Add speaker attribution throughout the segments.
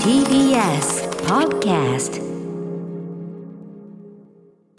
Speaker 1: TBS Podcast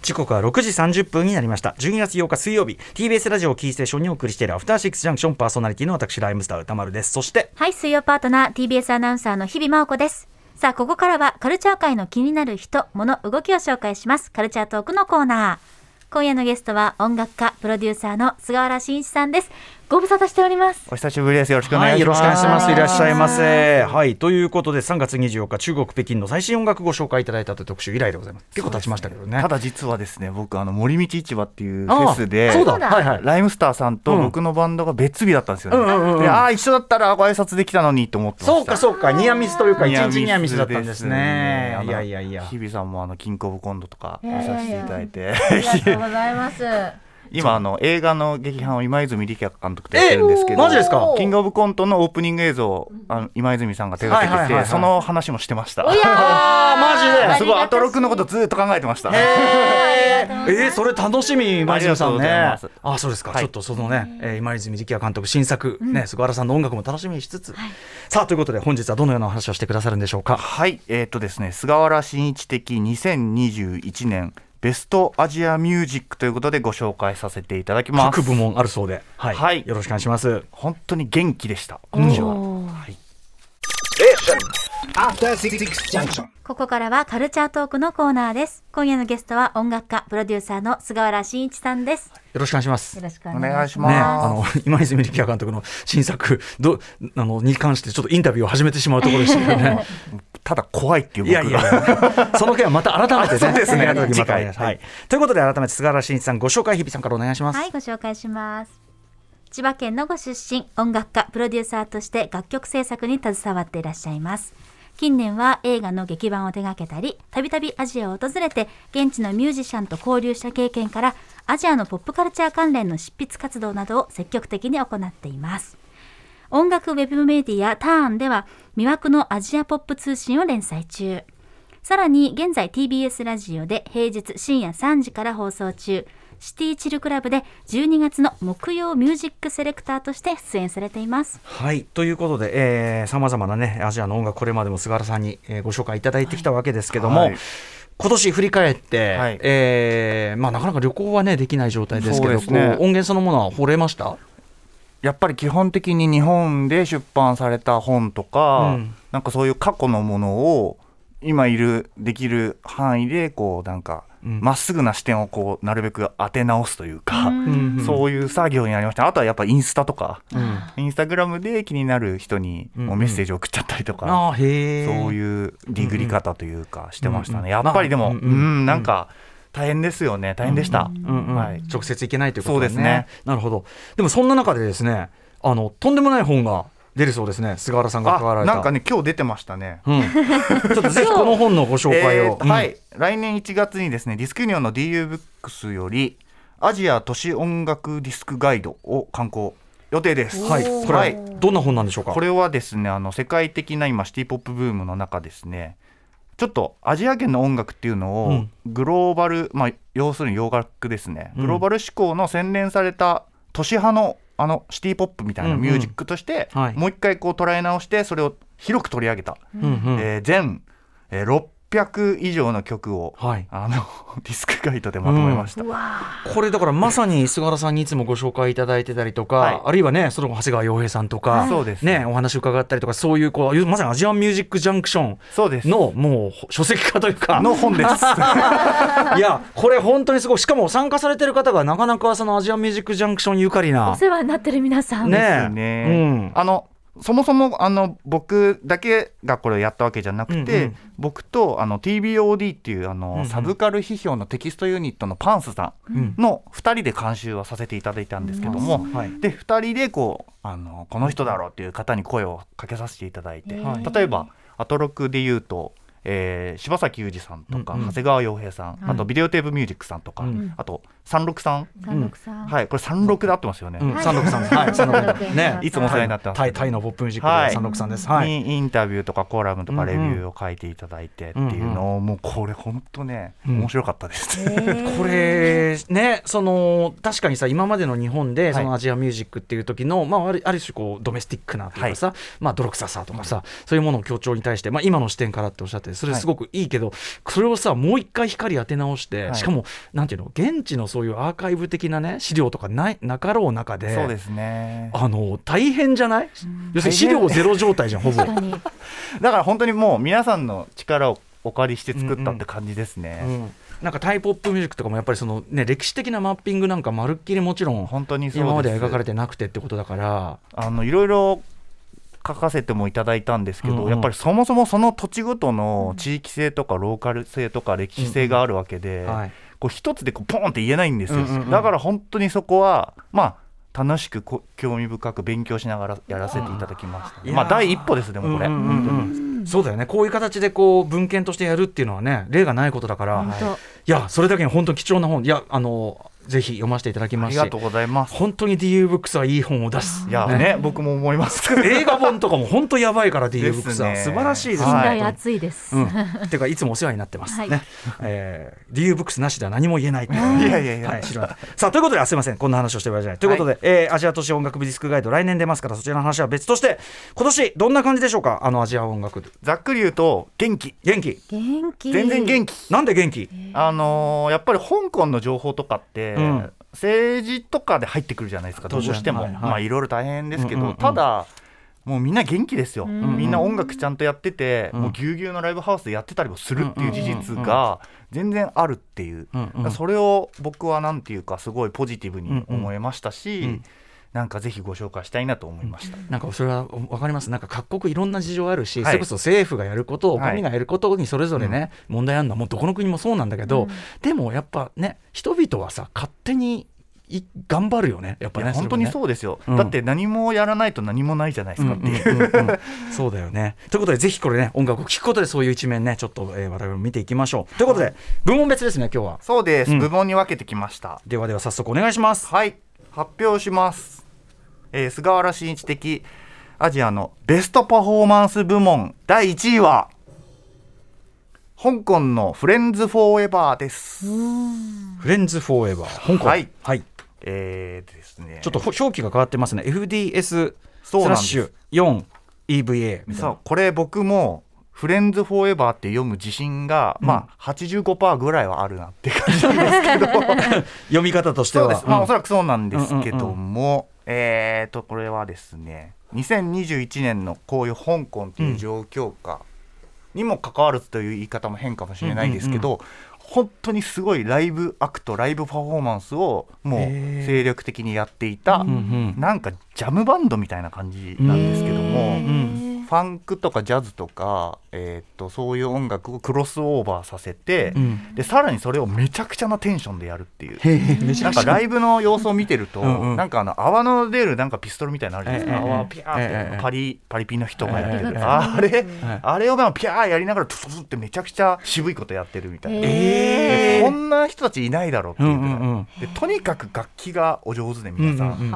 Speaker 2: 時刻は6時30分になりました12月8日水曜日 TBS ラジオをキーステーションにお送りしているアフターシックスジャンクションパーソナリティの私ライムスター歌丸ですそして
Speaker 3: はい、水曜パートナー TBS アナウンサーの日々真央子です。さあ、ここからはカルチャー界の気になる人、物、動きを紹介します。カルチャートークのコーナー。今夜のゲストは音楽家、プロデューサーの菅原慎一さんです。ご無沙汰しております。
Speaker 4: お久しぶりです。よろしくお
Speaker 2: は
Speaker 4: 願い
Speaker 2: い、
Speaker 4: し
Speaker 2: よろ
Speaker 4: ま
Speaker 2: し
Speaker 4: す。
Speaker 2: くお願いします。いらっしゃいませ。はい、ということで、3月24日、中国北京の最新音楽ご紹介いただいたという特集以来でございます。結構経ちましたけどね。
Speaker 4: ただ実はですね、僕あの森道市場っていうフ
Speaker 2: ああ
Speaker 4: ェスで、
Speaker 2: そうだ、
Speaker 3: そうだ
Speaker 2: はいはい。
Speaker 4: ライムスターさんと
Speaker 2: うん
Speaker 4: 僕のバンドが別日だったんですよね。
Speaker 2: うんうんうん
Speaker 4: でああ一緒だったらご挨拶できたのにと思ってました。
Speaker 2: そうか、そうか、ニアミスというか、一
Speaker 4: ニアミス
Speaker 2: 日ニアミスだったんですね。いやいやいや。
Speaker 4: 日々さんもあのキングオブコントとか
Speaker 3: いや
Speaker 4: 見
Speaker 3: いや
Speaker 4: させ
Speaker 3: い
Speaker 4: て
Speaker 3: や
Speaker 4: いただいて、
Speaker 3: ありがとうございます。
Speaker 4: 今あの映画の劇伴を今泉力也監督とやってるんですけど、
Speaker 2: マジですか
Speaker 4: キングオブコントのオープニング映像をあの今泉さんが手掛けてて、
Speaker 2: はいはいはいはい
Speaker 4: その話もしてました。
Speaker 2: あーマジで
Speaker 4: あすごいアトロックのことずっと考えてました。
Speaker 2: えー、えーそれ楽しみ、今泉さんね。
Speaker 4: ありが
Speaker 2: あ
Speaker 4: とうございます
Speaker 2: そうですか、
Speaker 4: はい
Speaker 2: ちょっとそのね、えー今泉力也監督、新作、ね、菅原さんの音楽も楽しみにしつつ、さあ、ということで、本日はどのようなお話をしてくださるんでしょうか。
Speaker 4: はい、えっ、とですね、菅原新一的2021年ベストアジアミュージックということでご紹介させていただきます
Speaker 2: 各。部門あるそうで、はい、
Speaker 4: はい
Speaker 2: よろしくお願いします。
Speaker 4: 本当に元気でした、今年は。
Speaker 5: After Six Junction.
Speaker 3: ここからはカルチャートークのコーナーです。今夜のゲストは音楽家、プロデューサーの菅原慎一さんです。
Speaker 2: よろしくお願いします
Speaker 3: よ。ろしくお
Speaker 4: お
Speaker 3: 願
Speaker 4: 願
Speaker 3: い
Speaker 4: い
Speaker 3: し
Speaker 4: し
Speaker 3: ま。
Speaker 4: ます
Speaker 2: ね、
Speaker 4: す
Speaker 2: あの今泉力也監督の新作どあのに関してちょっとインタビューを始めてしまうところでしたけど ね
Speaker 4: ただ怖いっていう
Speaker 2: い
Speaker 4: 僕
Speaker 2: や
Speaker 4: が。
Speaker 2: いや その件はまた改 めてね
Speaker 4: そうですね
Speaker 2: やる時また
Speaker 4: 次回
Speaker 2: はい、ということで改めて菅原慎一さんご紹介日比さんからお願いします、
Speaker 3: はい、ご紹介します。千葉県のご出身、音楽家、プロデューサーとして楽曲制作に携わっていらっしゃいます。近年は映画の劇版を手掛けたり、たびたびアジアを訪れて、現地のミュージシャンと交流した経験から、アジアのポップカルチャー関連の執筆活動などを積極的に行っています。音楽ウェブメディアターンでは魅惑のアジアポップ通信を連載中さらに現在 TBS ラジオで平日深夜3時から放送中シティチルクラブで12月の木曜ミュージックセレクターとして出演されています
Speaker 2: はい、ということで、さまざまなね、アジアの音楽、これまでも菅原さんに、えーご紹介いただいてきたわけですけども、
Speaker 4: はい
Speaker 2: 今年振り返って、
Speaker 4: はい
Speaker 2: えーまあ、なかなか旅行はね、できない状態ですけど、
Speaker 4: そうですね
Speaker 2: こう音源そのものは惚れました
Speaker 4: やっぱり基本的に日本で出版された本とか、
Speaker 2: うん
Speaker 4: なんかそういう過去のものを今いるできる範囲でこうなんか
Speaker 2: うん
Speaker 4: ま、っすぐな視点をこうなるべく当て直すというか、
Speaker 2: うん
Speaker 4: そういう作業になりましたあとはやっぱインスタとか、
Speaker 2: うん
Speaker 4: インスタグラムで気になる人にもうメッセージを送っちゃったりとか、
Speaker 2: あーへー
Speaker 4: そういうディグリ方というかしてましたね、
Speaker 2: うんうん
Speaker 4: やっぱりでも、
Speaker 2: まあうん
Speaker 4: うん
Speaker 2: うん
Speaker 4: なんか大変ですよね大変でした、
Speaker 2: うんうん
Speaker 4: はい
Speaker 2: 直接行けないということ
Speaker 4: そうですね。
Speaker 2: なるほど。でもそんな中でですね、あのとんでもない本が出るそうですね。菅原さんが関わら
Speaker 4: あ
Speaker 2: れた。
Speaker 4: なんかね今日出てましたね
Speaker 2: うん。ちょっとぜひこの本のご紹介
Speaker 4: え
Speaker 2: を。
Speaker 4: ー
Speaker 2: うん
Speaker 4: はい。来年1月にですねディスクユニオンの DU ブックスよりアジア都市音楽ディスクガイドを刊行予定です
Speaker 2: はい。これ
Speaker 4: はい
Speaker 2: はどんな本なんでしょうか。
Speaker 4: これはですねあの世界的な今シティ・ポップブームの中ですねちょっとアジア圏の音楽っていうの
Speaker 2: う
Speaker 4: を
Speaker 2: ん
Speaker 4: グローバル、まあ要するに洋楽ですね
Speaker 2: うん
Speaker 4: グローバル志向の洗練された都市派のあのシティ・ポップみたい
Speaker 2: うん
Speaker 4: な
Speaker 2: うん
Speaker 4: ミュージックとして、
Speaker 2: はい
Speaker 4: もう一回こう捉え直してそれを広く取り上げた、
Speaker 2: うんうん
Speaker 4: えー全、えー600以上の曲を、
Speaker 2: はい
Speaker 4: あの ディスクガイドでまとめました、
Speaker 2: これだからまさに菅原さんにいつもご紹介いただいてたりとか、
Speaker 4: はい
Speaker 2: あるいはねその長谷川洋平さんとか、
Speaker 4: そうです
Speaker 2: ねお話伺ったりとかそういうこうまさにアジアンミュージックジャンクション
Speaker 4: そうです
Speaker 2: のもう書籍化という か
Speaker 4: の本です
Speaker 2: いやこれ本当にすごいしかも参加されてる方がなかなかそのアジアンミュージックジャンクションゆかりな
Speaker 3: お世話になってる皆さん、
Speaker 2: ね
Speaker 4: ですね、
Speaker 2: うん
Speaker 4: あのそもそもあの僕だけがこれをやったわけじゃなくて、
Speaker 2: うんうん
Speaker 4: 僕とあの TBOD っていうあの、
Speaker 2: うんうん
Speaker 4: サブカル批評のテキストユニットのパンスさ
Speaker 2: うん
Speaker 4: んの2人で監修はさせていただいたんですけども、
Speaker 2: はい
Speaker 4: で2人でこうあのこの人だろうっていう方に声をかけさせていただいて、
Speaker 2: はい
Speaker 4: 例えばアトロックで言うと、えー柴咲裕二さんとか、
Speaker 2: うんうん
Speaker 4: 長谷川洋平さん、
Speaker 2: い
Speaker 4: あとビデオテープミュージックさんとか、
Speaker 2: うん
Speaker 4: あと363、
Speaker 3: 三六三。
Speaker 4: はい、これ36で合ってますよね、
Speaker 2: うん、
Speaker 3: はい
Speaker 2: 三六三です。はい、 三六三。ね、
Speaker 4: いつもお世話になってます
Speaker 2: タイタイのポップミュージックで三六三です。はい。
Speaker 4: にインタビューとかコラムとかレビ
Speaker 2: うんう
Speaker 4: ューを書いていただいてっていうのを、もうこれ本当ね、
Speaker 2: うん
Speaker 4: 面白かったです、
Speaker 2: これね、その確かにさ今までの日本で
Speaker 4: い
Speaker 2: そのアジアミュージックっていう時の、まああるある種こうドメスティックなというかさ、まあ泥臭さとかさ、そういうものを強調に対してまあ今の視点からっておっしゃってそれすごくいいけど、それをさもう一回光当て直して、
Speaker 4: はい
Speaker 2: しかもなんていうの現地のそういうアーカイブ的なね資料とかないなかろう中で、
Speaker 4: そうですね
Speaker 2: あの大変じゃない？要するに資料ゼロ状態じゃん ほぼ。
Speaker 3: 確かに。
Speaker 4: だから本当にもう皆さんの力をお借りして作ったって感じですね、
Speaker 2: うんなんかタイポップミュージックとかもやっぱりその、ね、歴史的なマッピングなんかまるっきりもちろん
Speaker 4: 本当にそうです
Speaker 2: 今までは描かれてなくてってことだから
Speaker 4: あのいろいろ書かせてもいただいたんですけど、
Speaker 2: うんうん
Speaker 4: やっぱりそもそもその土地ごとの地域性とかローカル性とか歴史性があるわけで、
Speaker 2: はい
Speaker 4: こう一つでこうポンって言えないんですよ、
Speaker 2: うんうんうん
Speaker 4: だから本当にそこはまあ楽しくこ興味深く勉強しながらやらせていただきました、
Speaker 2: うん
Speaker 4: ま
Speaker 2: いやー
Speaker 4: あ第一歩ですでもこれ、
Speaker 2: うんうんうんそうだよねこういう形でこう文献としてやるっていうのはね例がないことだから、
Speaker 3: 本
Speaker 2: い、
Speaker 3: 当。
Speaker 2: やそれだけに本当に貴重な本いやあのぜひ読ませていただき
Speaker 4: あ
Speaker 2: ま
Speaker 4: り
Speaker 2: す
Speaker 4: が
Speaker 2: し
Speaker 4: とうございます
Speaker 2: 本当に DU ブックスはいい本を出す
Speaker 4: いやーね僕も思います
Speaker 2: 映画本とかも本当やばいから DU ブックスは、
Speaker 4: です
Speaker 2: 素
Speaker 4: ね
Speaker 2: 晴らしいです
Speaker 3: 信
Speaker 4: はい
Speaker 3: 頼厚いです。
Speaker 2: うん、ていうかいつもお世話になってます、
Speaker 3: はい
Speaker 2: ね、 えー、理由ブックスなしでは何も言えないい
Speaker 4: いやいやいや
Speaker 2: はい、知らなかったさあということであすいませんこんな話をしてはいけないということで、えーアジア都市音楽ディスクガイド来年出ますからそちらの話は別として今年どんな感じでしょうかあのアジア音楽
Speaker 4: ざっくり言うと元気
Speaker 2: 元気
Speaker 3: 元気。
Speaker 4: 全然元気
Speaker 2: なんで元気
Speaker 4: あのーやっぱり香港の情報とかって、
Speaker 2: うん
Speaker 4: 政治とかで入ってくるじゃないですかどうしても、
Speaker 2: 当然はいはい
Speaker 4: まあいろいろ大変ですけど、
Speaker 2: うんうんうん
Speaker 4: ただもうみんな元気ですよ、
Speaker 3: ん
Speaker 4: みんな音楽ちゃんとやってて、
Speaker 2: うん
Speaker 4: もうぎゅうぎゅうのライブハウスでやってたりもするっていう事実が全然あるっていう、
Speaker 2: うんうん
Speaker 4: それを僕はなんていうかすごいポジティブに思えましたし、
Speaker 2: うんうん
Speaker 4: なんかぜひご紹介したいなと思いました、
Speaker 2: なんかそれは分かりますなんか各国いろんな事情あるし、
Speaker 4: はい
Speaker 2: それこそ政府がやることお
Speaker 4: はい
Speaker 2: 上がやることにそれぞれね、問題あるのはもうどこの国もそうなんだけど、でもやっぱね人々はさ勝手にい頑張るよねやっぱ
Speaker 4: い
Speaker 2: ね
Speaker 4: や本当に
Speaker 2: それもね
Speaker 4: そうですよ、
Speaker 2: うん
Speaker 4: だって何もやらないと何もないじゃないですかっていう、
Speaker 2: うんうんうんうんそうだよね。ということで、ぜひこれね、音楽を聴くことで、そういう一面ね、ちょっと、えー、我々も見ていきましょう。ということで、部門別ですね、今日は。
Speaker 4: そうです、
Speaker 2: うん
Speaker 4: 部門に分けてきました
Speaker 2: ではでは、早速お願いします。
Speaker 4: はい発表します、えー菅原慎一的アジアのベストパフォーマンス部門第1位は香港のフレンズフォーエバーです、
Speaker 2: フレンズフォーエバー、香港。
Speaker 4: はい
Speaker 2: はい。
Speaker 4: えーですね
Speaker 2: ちょっとほ表記が変わってますね。FDS ス
Speaker 4: そう
Speaker 2: ラ
Speaker 4: なん
Speaker 2: ッ
Speaker 4: です
Speaker 2: シュ 4EVA みたい
Speaker 4: そう
Speaker 2: な。
Speaker 4: これ僕もフレンズフォーエバーって読む自信が、まあ85%ぐらいはあるなっていう感じ
Speaker 2: 読み方としては。
Speaker 4: そうです、まあ、
Speaker 2: ん
Speaker 4: おそらくそうなんですけども、えーとこれはですね2021年のこういう香港という状況下にも関わるという言い方も変かもしれないですけど、本当にすごいライブアクトライブパフォーマンスをもう
Speaker 2: へー
Speaker 4: 精力的にやっていた、
Speaker 2: うんうん
Speaker 4: なんかジャムバンドみたいな感じなんですけど
Speaker 2: う
Speaker 4: も。
Speaker 2: ん
Speaker 4: ファンクとかジャズとか、えー、とそういう音楽をクロスオーバーさせて、
Speaker 2: うん
Speaker 4: でさらにそれをめちゃくちゃなテンションでやるっていう
Speaker 2: へえ、めちゃ
Speaker 4: なん
Speaker 2: く
Speaker 4: か
Speaker 2: ちゃ。
Speaker 4: ライブの様子を見てると、
Speaker 2: うんうん
Speaker 4: なんかあの泡の出るなんかピストルみたいなのあるじゃないですか、
Speaker 2: ええ
Speaker 4: 泡をピャーって、
Speaker 2: ええ
Speaker 4: パリパリピの人がやってる、
Speaker 2: ええ
Speaker 4: あれ、
Speaker 2: え
Speaker 4: あれをまあピャーやりながらトゥトゥトゥってめちゃくちゃ渋いことやってるみたいな、
Speaker 2: え
Speaker 4: こんな人たちいないだろうっていうぐらい、
Speaker 2: うんうんうん
Speaker 4: でとにかく楽器がお上手で皆さん、
Speaker 2: うんうんうん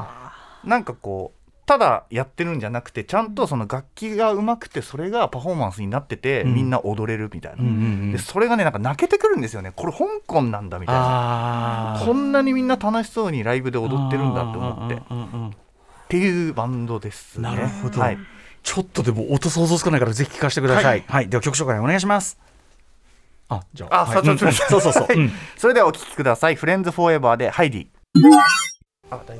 Speaker 4: なんかこうただやってるんじゃなくてちゃんとその楽器が上手くてそれがパフォーマンスになってて、
Speaker 2: うん
Speaker 4: みんな踊れるみたいな、
Speaker 2: うんうんうん
Speaker 4: でそれがねなんか泣けてくるんですよねこれ香港なんだみたいな。
Speaker 2: あー
Speaker 4: こんなにみんな楽しそうにライブで踊ってるんだって思ってっ
Speaker 2: うんうんうんうん
Speaker 4: ていうバンドです、ね、
Speaker 2: なるほど
Speaker 4: はい、
Speaker 2: ちょっとでも音想像つかないからぜひ聞かせてください。は、
Speaker 4: はい
Speaker 2: では曲紹介お願いします。あ、じゃあ、
Speaker 4: あ、
Speaker 2: はい
Speaker 4: さあちょっと
Speaker 2: うんそうそうそう。
Speaker 4: はい
Speaker 2: うん
Speaker 4: それではお聴きください「フレンズフォーエバー」でハイディ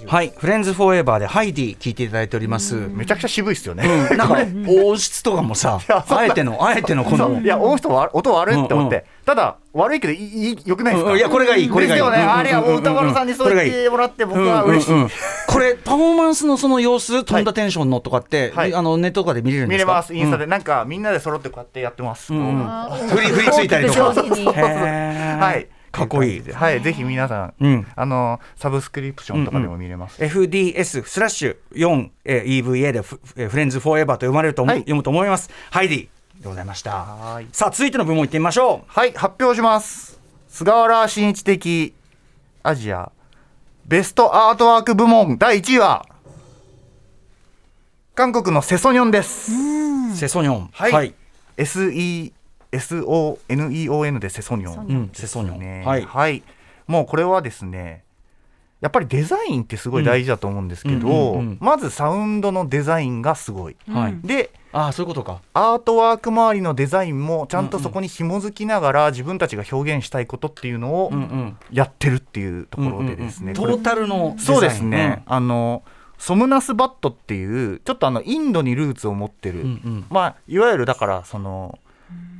Speaker 2: はい、フレンズフォーエバーでハイディ聞いていただいております。
Speaker 4: めちゃくちゃ渋いっすよね、
Speaker 2: なんか音質とかもさ、あえてのあえてのこの。
Speaker 4: そういや音は音悪いって思って、
Speaker 2: うん
Speaker 4: ただ悪いけどいいいいよくないですか、
Speaker 2: うんいやこれがいいこれがいい
Speaker 4: ですよね、
Speaker 2: うんうんうんうん
Speaker 4: あれはもう歌丸さんにそう言ってもらって僕は嬉し
Speaker 2: う
Speaker 4: い、
Speaker 2: んうんうんこれパフォーマンスのその様子飛んだテンションのとかって、
Speaker 4: はい
Speaker 2: あのネットとかで見れるんで
Speaker 4: 見
Speaker 2: す
Speaker 4: れ
Speaker 2: か
Speaker 4: ますインスタで、なんかみんなで揃ってこうやってやってます、
Speaker 2: うんうん
Speaker 4: は
Speaker 2: 振り振りついたりと
Speaker 4: そう
Speaker 2: か
Speaker 4: そうそう
Speaker 2: へー
Speaker 4: い
Speaker 2: かっこいい
Speaker 4: てう感じではいぜひ皆さん、
Speaker 2: うん
Speaker 4: あのサブスクリプションとかでも見れます、
Speaker 2: FDS スラッシュ 4EVA でフ,、えーフレンズフォーエバーと読まれると思う、
Speaker 4: はい
Speaker 2: 読むと思いますハイディでございました
Speaker 4: はい
Speaker 2: さあ続いての部門いってみましょう
Speaker 4: はい、発表します。菅原新一的アジアベストアートワーク部門第1位は韓国のセソニョンです。
Speaker 2: セソニョン。
Speaker 4: はい。SESONEON でセソニョン。
Speaker 2: うん、セソニョン。
Speaker 4: ね
Speaker 2: はい。
Speaker 4: もうこれはですねやっぱりデザインってすごい大事だと思うんですけど、
Speaker 2: うんうんうんうん
Speaker 4: まずサウンドのデザインがすごい。
Speaker 2: はい。
Speaker 4: で
Speaker 2: ああ、そういうことか。
Speaker 4: アートワーク周りのデザインもちゃんとそこに紐づきながら自分たちが表現したいことっていうのを
Speaker 2: うんうん。
Speaker 4: やってるっていうところでですね、
Speaker 2: トータルのデザイン。
Speaker 4: そうですね、あのソムナスバットっていうちょっとあのインドにルーツを持ってる、
Speaker 2: うん。うんうん。
Speaker 4: まあいわゆるだからその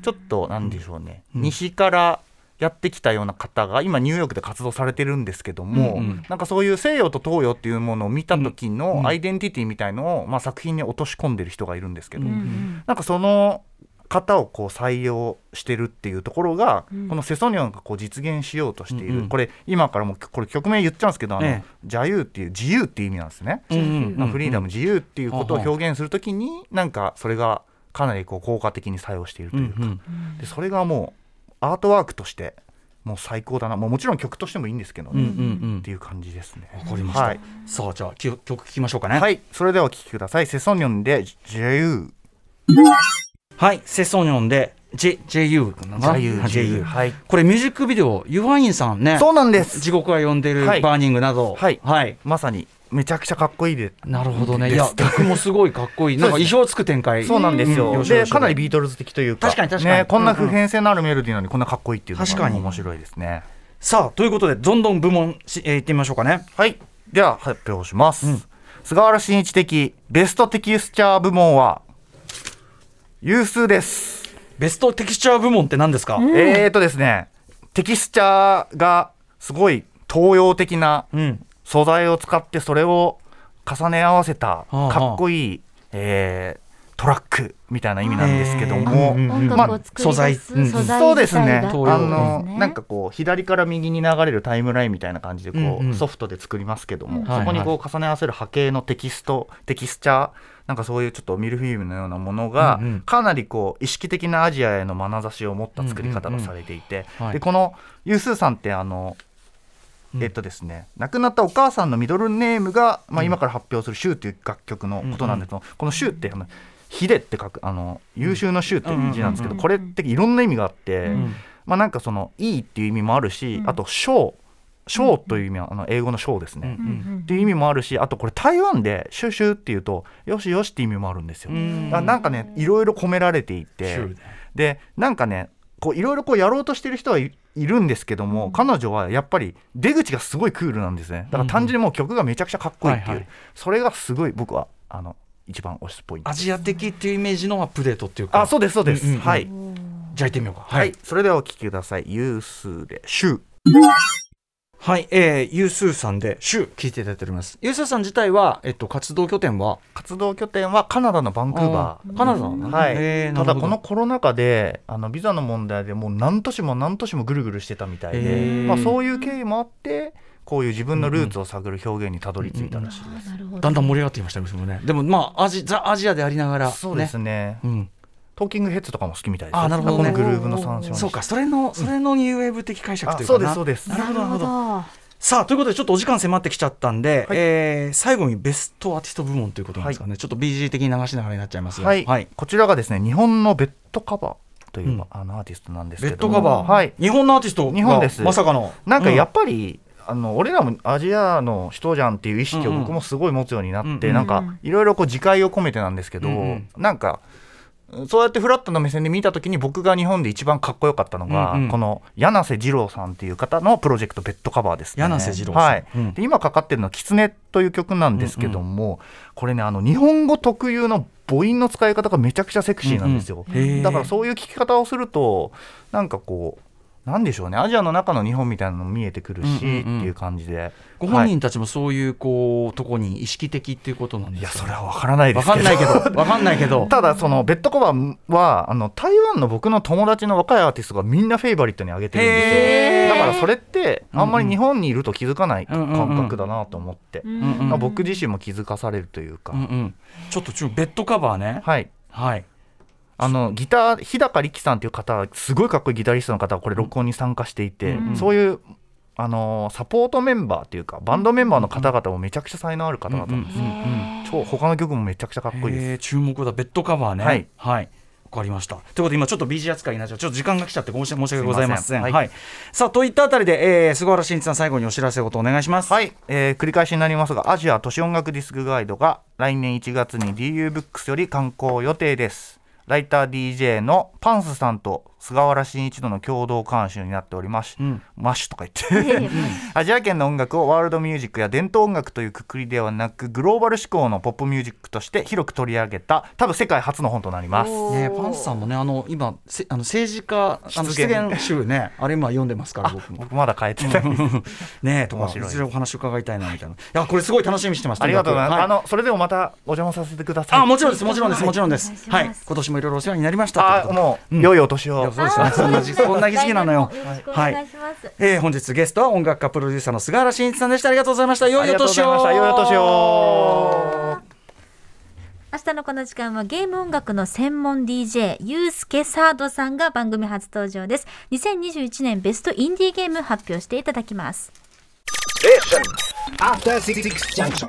Speaker 4: ちょっとなんでしょうね、
Speaker 2: うん
Speaker 4: 西からやってきたような方が今ニューヨークで活動されてるんですけども、
Speaker 2: うんうん
Speaker 4: なんかそういう西洋と東洋っていうものを見た時
Speaker 2: うん
Speaker 4: のアイデンティティみたいのを、まあ、作品に落とし込んでる人がいるんですけど、
Speaker 2: う
Speaker 3: うんん
Speaker 4: なんかその方をこう採用してるっていうところが、
Speaker 3: うん
Speaker 4: このセソニョンがこう実現しようとしている、
Speaker 2: うんうん
Speaker 4: これ今からもうこれ曲名言っちゃうんですけど「あの
Speaker 2: ええ
Speaker 4: ジャユーっていう自由っていう意味なんですね。
Speaker 2: うんうん
Speaker 4: まあフリーダム
Speaker 2: うん
Speaker 4: 自由っていうことを
Speaker 2: はは
Speaker 4: 表現するときになんかそれがかなりこう効果的に作用していると
Speaker 2: う
Speaker 4: い
Speaker 2: ん
Speaker 4: うか、
Speaker 2: うん。
Speaker 4: でそれがもうアートワークとしてもう最高だなもうもちろん曲としてもいいんですけど
Speaker 2: うんう
Speaker 4: ね、
Speaker 2: ん
Speaker 4: っていう感じですね。
Speaker 2: わかりました
Speaker 4: はい
Speaker 2: うん。さあ、じゃあ、きゅ曲聴きましょうかね。
Speaker 4: はい、それではお聴きください。セソニョンで自由。
Speaker 2: はい。セソニョンで、J、JU かな。
Speaker 4: 自由。
Speaker 2: はい JU。
Speaker 4: はい。
Speaker 2: これミュージックビデオ、ユファインさんね。
Speaker 4: そうなんです。
Speaker 2: 地獄は呼んでる、
Speaker 4: はい
Speaker 2: バーニングなど。
Speaker 4: はい
Speaker 2: はい。
Speaker 4: まさにめちゃくちゃかっこいいで。
Speaker 2: なるほどね。い
Speaker 4: で
Speaker 2: や
Speaker 4: す、
Speaker 2: 曲もすごいかっこいい。なんか
Speaker 4: そう
Speaker 2: 意
Speaker 4: です
Speaker 2: 表をつく展開。
Speaker 4: そうなんですよ。
Speaker 2: うん
Speaker 4: で、かなりビートルズ的というか。
Speaker 2: 確かに確かに
Speaker 4: ね、こんな普遍性のあるメロディーなのにこんなかっこいいっていうの
Speaker 2: 確か
Speaker 4: が
Speaker 2: に
Speaker 4: 面白いですね。
Speaker 2: さあ、ということで、どんどん部門し、えー、行ってみましょうかね。
Speaker 4: はい。では発表します。
Speaker 2: うん
Speaker 4: 菅原慎一的ベストテキスチャー部門は、有数です。
Speaker 2: ベストテキスチャー部門って何ですか、
Speaker 4: えーとですね、テキスチャーがすごい東洋的な
Speaker 2: うん
Speaker 4: 素材を使ってそれを重ね合わせた
Speaker 2: あはあ
Speaker 4: かっこいい、えートラックみたいな意味なんですけども、
Speaker 2: えー
Speaker 3: 音楽を作り
Speaker 2: まあ素材
Speaker 3: 出
Speaker 2: うん
Speaker 3: す素材
Speaker 4: そうですね。
Speaker 2: 東洋
Speaker 4: あ
Speaker 2: ですね
Speaker 4: の、なんかこう、左から右に流れるタイムラインみたいな感じで、こ
Speaker 2: うんうん
Speaker 4: う、ソフトで作りますけども、
Speaker 2: はい
Speaker 4: そこにこう、重ね合わせる波形のテキスト、テキスチャー、なんかそういうちょっとミルフィーユのようなものが
Speaker 2: うんうん、
Speaker 4: かなりこう、意識的なアジアへの眼差しを持った作り方
Speaker 2: うんうんう
Speaker 4: が
Speaker 2: ん
Speaker 4: されていて
Speaker 2: はい、
Speaker 4: で、この、ユースーさんって、あの、
Speaker 2: うん
Speaker 4: えっとですね、亡くなったお母さんのミドルネームが、まあ、今から発表する「シュー」という楽曲のことなんですけど、この「シュー」ってあの「秀」って書くあの優秀の「シュー」っていう字なんですけど、
Speaker 3: うん
Speaker 4: これっていろんな意味があって、
Speaker 2: うん
Speaker 4: まあ、なんかその「いい」っていう意味もあるし、
Speaker 3: うん
Speaker 4: あと「ショー」「ショー」という意味はあの英語の「ショー」ですね、
Speaker 2: う
Speaker 3: うんん
Speaker 4: っていう意味もあるしあとこれ台湾で「シュシュ」っていうと「よしよし」っていう意味もあるんですよ。
Speaker 2: うん
Speaker 4: だからなんかねいろいろ込められていて。でなんかねこういろいろこうやろうとしてる人はいいるんですけども、彼女はやっぱり出口がすごいクールなんですねだから単純にもう曲がめちゃくちゃかっこいいっていう、
Speaker 2: はいはい
Speaker 4: それがすごい僕はあの一番推すポイント
Speaker 2: アジア的っていうイメージのアップデートっていうか
Speaker 4: あそうですそうです、
Speaker 2: うんうんうん
Speaker 4: はい、
Speaker 2: じゃあ行ってみようか
Speaker 4: は、
Speaker 2: はい
Speaker 4: それではお聴きくださいユースで「シュー
Speaker 2: はい、えー、ユースーさんで「シュー」聞いていただいておりますユースーさん自体は、えっと、活動拠点は
Speaker 4: 活動拠点はカナダのバンクーバー
Speaker 2: カナダなのね
Speaker 4: はい、
Speaker 2: えーな
Speaker 4: た
Speaker 2: るほ
Speaker 4: だこ
Speaker 2: ど
Speaker 4: のコロナ禍であのビザの問題でもう何年も何年もぐるぐるしてたみたい
Speaker 2: え
Speaker 4: で、
Speaker 2: ー
Speaker 4: まあ、そういう経緯もあってこういう自分のルーツを探る表現にたどり着いたらしいです、
Speaker 3: なるほど
Speaker 2: だんだん盛り上がってきましたねそれもねでもまあアジザ・アジアでありながら
Speaker 4: そうですね
Speaker 2: ねうん、
Speaker 4: トーキングヘッズとかも好きみたいです
Speaker 2: あなるほどね
Speaker 4: このグルーヴの参照に
Speaker 2: そうかそれのそれのニューウェーブ的解釈
Speaker 4: あ
Speaker 2: という
Speaker 4: そ
Speaker 2: か
Speaker 4: うで
Speaker 2: な
Speaker 4: すそうです
Speaker 2: なるほどなるほど
Speaker 3: な
Speaker 2: さあということでちょっとお時間迫ってきちゃったんで、
Speaker 4: はい
Speaker 2: えー最後にベストアーティスト部門ということなんですかね、ちょっと BG 的に流しながらになっちゃいますが
Speaker 4: はい、
Speaker 2: はい、
Speaker 4: こちらがですね日本のベッドカバーという、
Speaker 2: うん
Speaker 4: あのアーティストなんです
Speaker 2: ベ
Speaker 4: け
Speaker 2: ッ
Speaker 4: ど
Speaker 2: ド
Speaker 4: も
Speaker 2: カバー、
Speaker 4: はい
Speaker 2: 日本のアーティストが
Speaker 4: 日本です
Speaker 2: まさかの
Speaker 4: なんかやっ
Speaker 2: ぱ、
Speaker 4: ぱり、あの俺らもアジアの人じゃんっていう意識を
Speaker 2: うんうん
Speaker 4: 僕もすごい持つようになって、
Speaker 2: うんうん
Speaker 4: なんかいろいろこう自戒を込めてなんですけど、
Speaker 2: うんうん
Speaker 4: なんかそうやってフラットな目線で見た時に僕が日本で一番かっこよかったのが、
Speaker 2: うんうん
Speaker 4: この柳瀬二郎さんっていう方のプロジェクト「ベッドカバー」ですね。
Speaker 2: 柳瀬二郎さん
Speaker 4: はい
Speaker 2: うん
Speaker 4: で今かかってるのは「キツネ」という曲なんですけども、これねあの日本語特有の母音の使い方がめちゃくちゃセクシーなんですよ。
Speaker 2: うんうんへー
Speaker 4: だからそういう聞き方をするとなんかこうなんでしょうねアジアの中の日本みたいなのも見えてくるし、
Speaker 2: うんうんうん
Speaker 4: っていう感じで
Speaker 2: ご本
Speaker 4: は
Speaker 2: 人たちもそういうこうとこに意識的っていうことなん
Speaker 4: い、
Speaker 2: で
Speaker 4: い
Speaker 2: す
Speaker 4: や
Speaker 2: か
Speaker 4: それは分からないで
Speaker 2: わ
Speaker 4: す
Speaker 2: か
Speaker 4: け
Speaker 2: ん
Speaker 4: ど
Speaker 2: ないけどわかんないけど
Speaker 4: ただそのベッドコバはあの台湾の僕の友達の若いアーティストがみんなフェイバリットに挙げてるんですよ
Speaker 2: へ
Speaker 4: だからそれってあんまり日本にいると気づかない
Speaker 2: うんうんうん
Speaker 4: 感覚だなと思って、
Speaker 2: んうん
Speaker 4: まあ僕自身も気づかされるというか、
Speaker 2: うんうん、ちょっとちょベッドカバーね
Speaker 4: はい
Speaker 2: はい
Speaker 4: あのギター日高力さんという方すごいかっこいいギタリストの方がこれ録音に参加していて、
Speaker 3: うん
Speaker 4: そういうあのーサポートメンバーっていうかバンドメンバーの方々もめちゃくちゃ才能ある方々なんです、超他の曲もめちゃくちゃかっこいいです、
Speaker 2: えー注目だベッドカバーねは
Speaker 4: はいい、
Speaker 2: わかりましたということで今ちょっと BG 扱いになっちゃうちょっと時間が来ちゃって申し申し訳ございません
Speaker 4: すいません
Speaker 2: はい
Speaker 4: はい
Speaker 2: さあといったあたりで、えー、菅原慎一さん最後にお知らせことお願いします
Speaker 4: はい、えー繰り返しになりますがアジア都市音楽ディスクガイドが来年1月に DU ブックスより刊行予定ですライター DJ のパンスさんと菅原慎一との共同監修になっております、
Speaker 2: ん
Speaker 4: マッシュとか言っ
Speaker 3: え
Speaker 4: て
Speaker 3: え
Speaker 4: アジア圏の音楽をワールドミュージックや伝統音楽というくくりではなくグローバル志向のポップミュージックとして広く取り上げた多分世界初の本となります
Speaker 2: ねパンスさんもねあの今せあの政治家あの
Speaker 4: 失言
Speaker 2: 失言集 ねあれ今読んでますから僕も
Speaker 4: 僕まだ変えてないです
Speaker 2: ねえとか
Speaker 4: 面白い
Speaker 2: いずれお話伺いたいなみたいないやこれすごい楽しみにしてました
Speaker 4: ありがとうございます、
Speaker 2: は
Speaker 4: あのそれでもまたお邪魔させてください
Speaker 2: あもちろんですもちろんですもちろんです
Speaker 3: お願いしま
Speaker 2: は
Speaker 3: す
Speaker 2: い今年もいろいろお世話になりました
Speaker 4: あ
Speaker 2: ということで
Speaker 4: もう、良いお年
Speaker 2: いや
Speaker 4: を
Speaker 2: そうですよねそんな時そんな時期なのよ
Speaker 3: 来年もよろしくお
Speaker 2: は
Speaker 3: 願い
Speaker 2: い
Speaker 3: します。
Speaker 2: えー、本日ゲストは音楽家プロデューサーの菅原慎一さんでしたありがとうございました良
Speaker 4: あ
Speaker 2: いお
Speaker 4: りがとうご
Speaker 2: 年
Speaker 4: ざい
Speaker 2: を
Speaker 4: ました良いお年を
Speaker 3: 明日のこの時間はゲーム音楽の専門 DJ ゆうすけサードさんが番組初登場です2021年ベストインディーゲーム発表していただきます
Speaker 5: After Six Junction.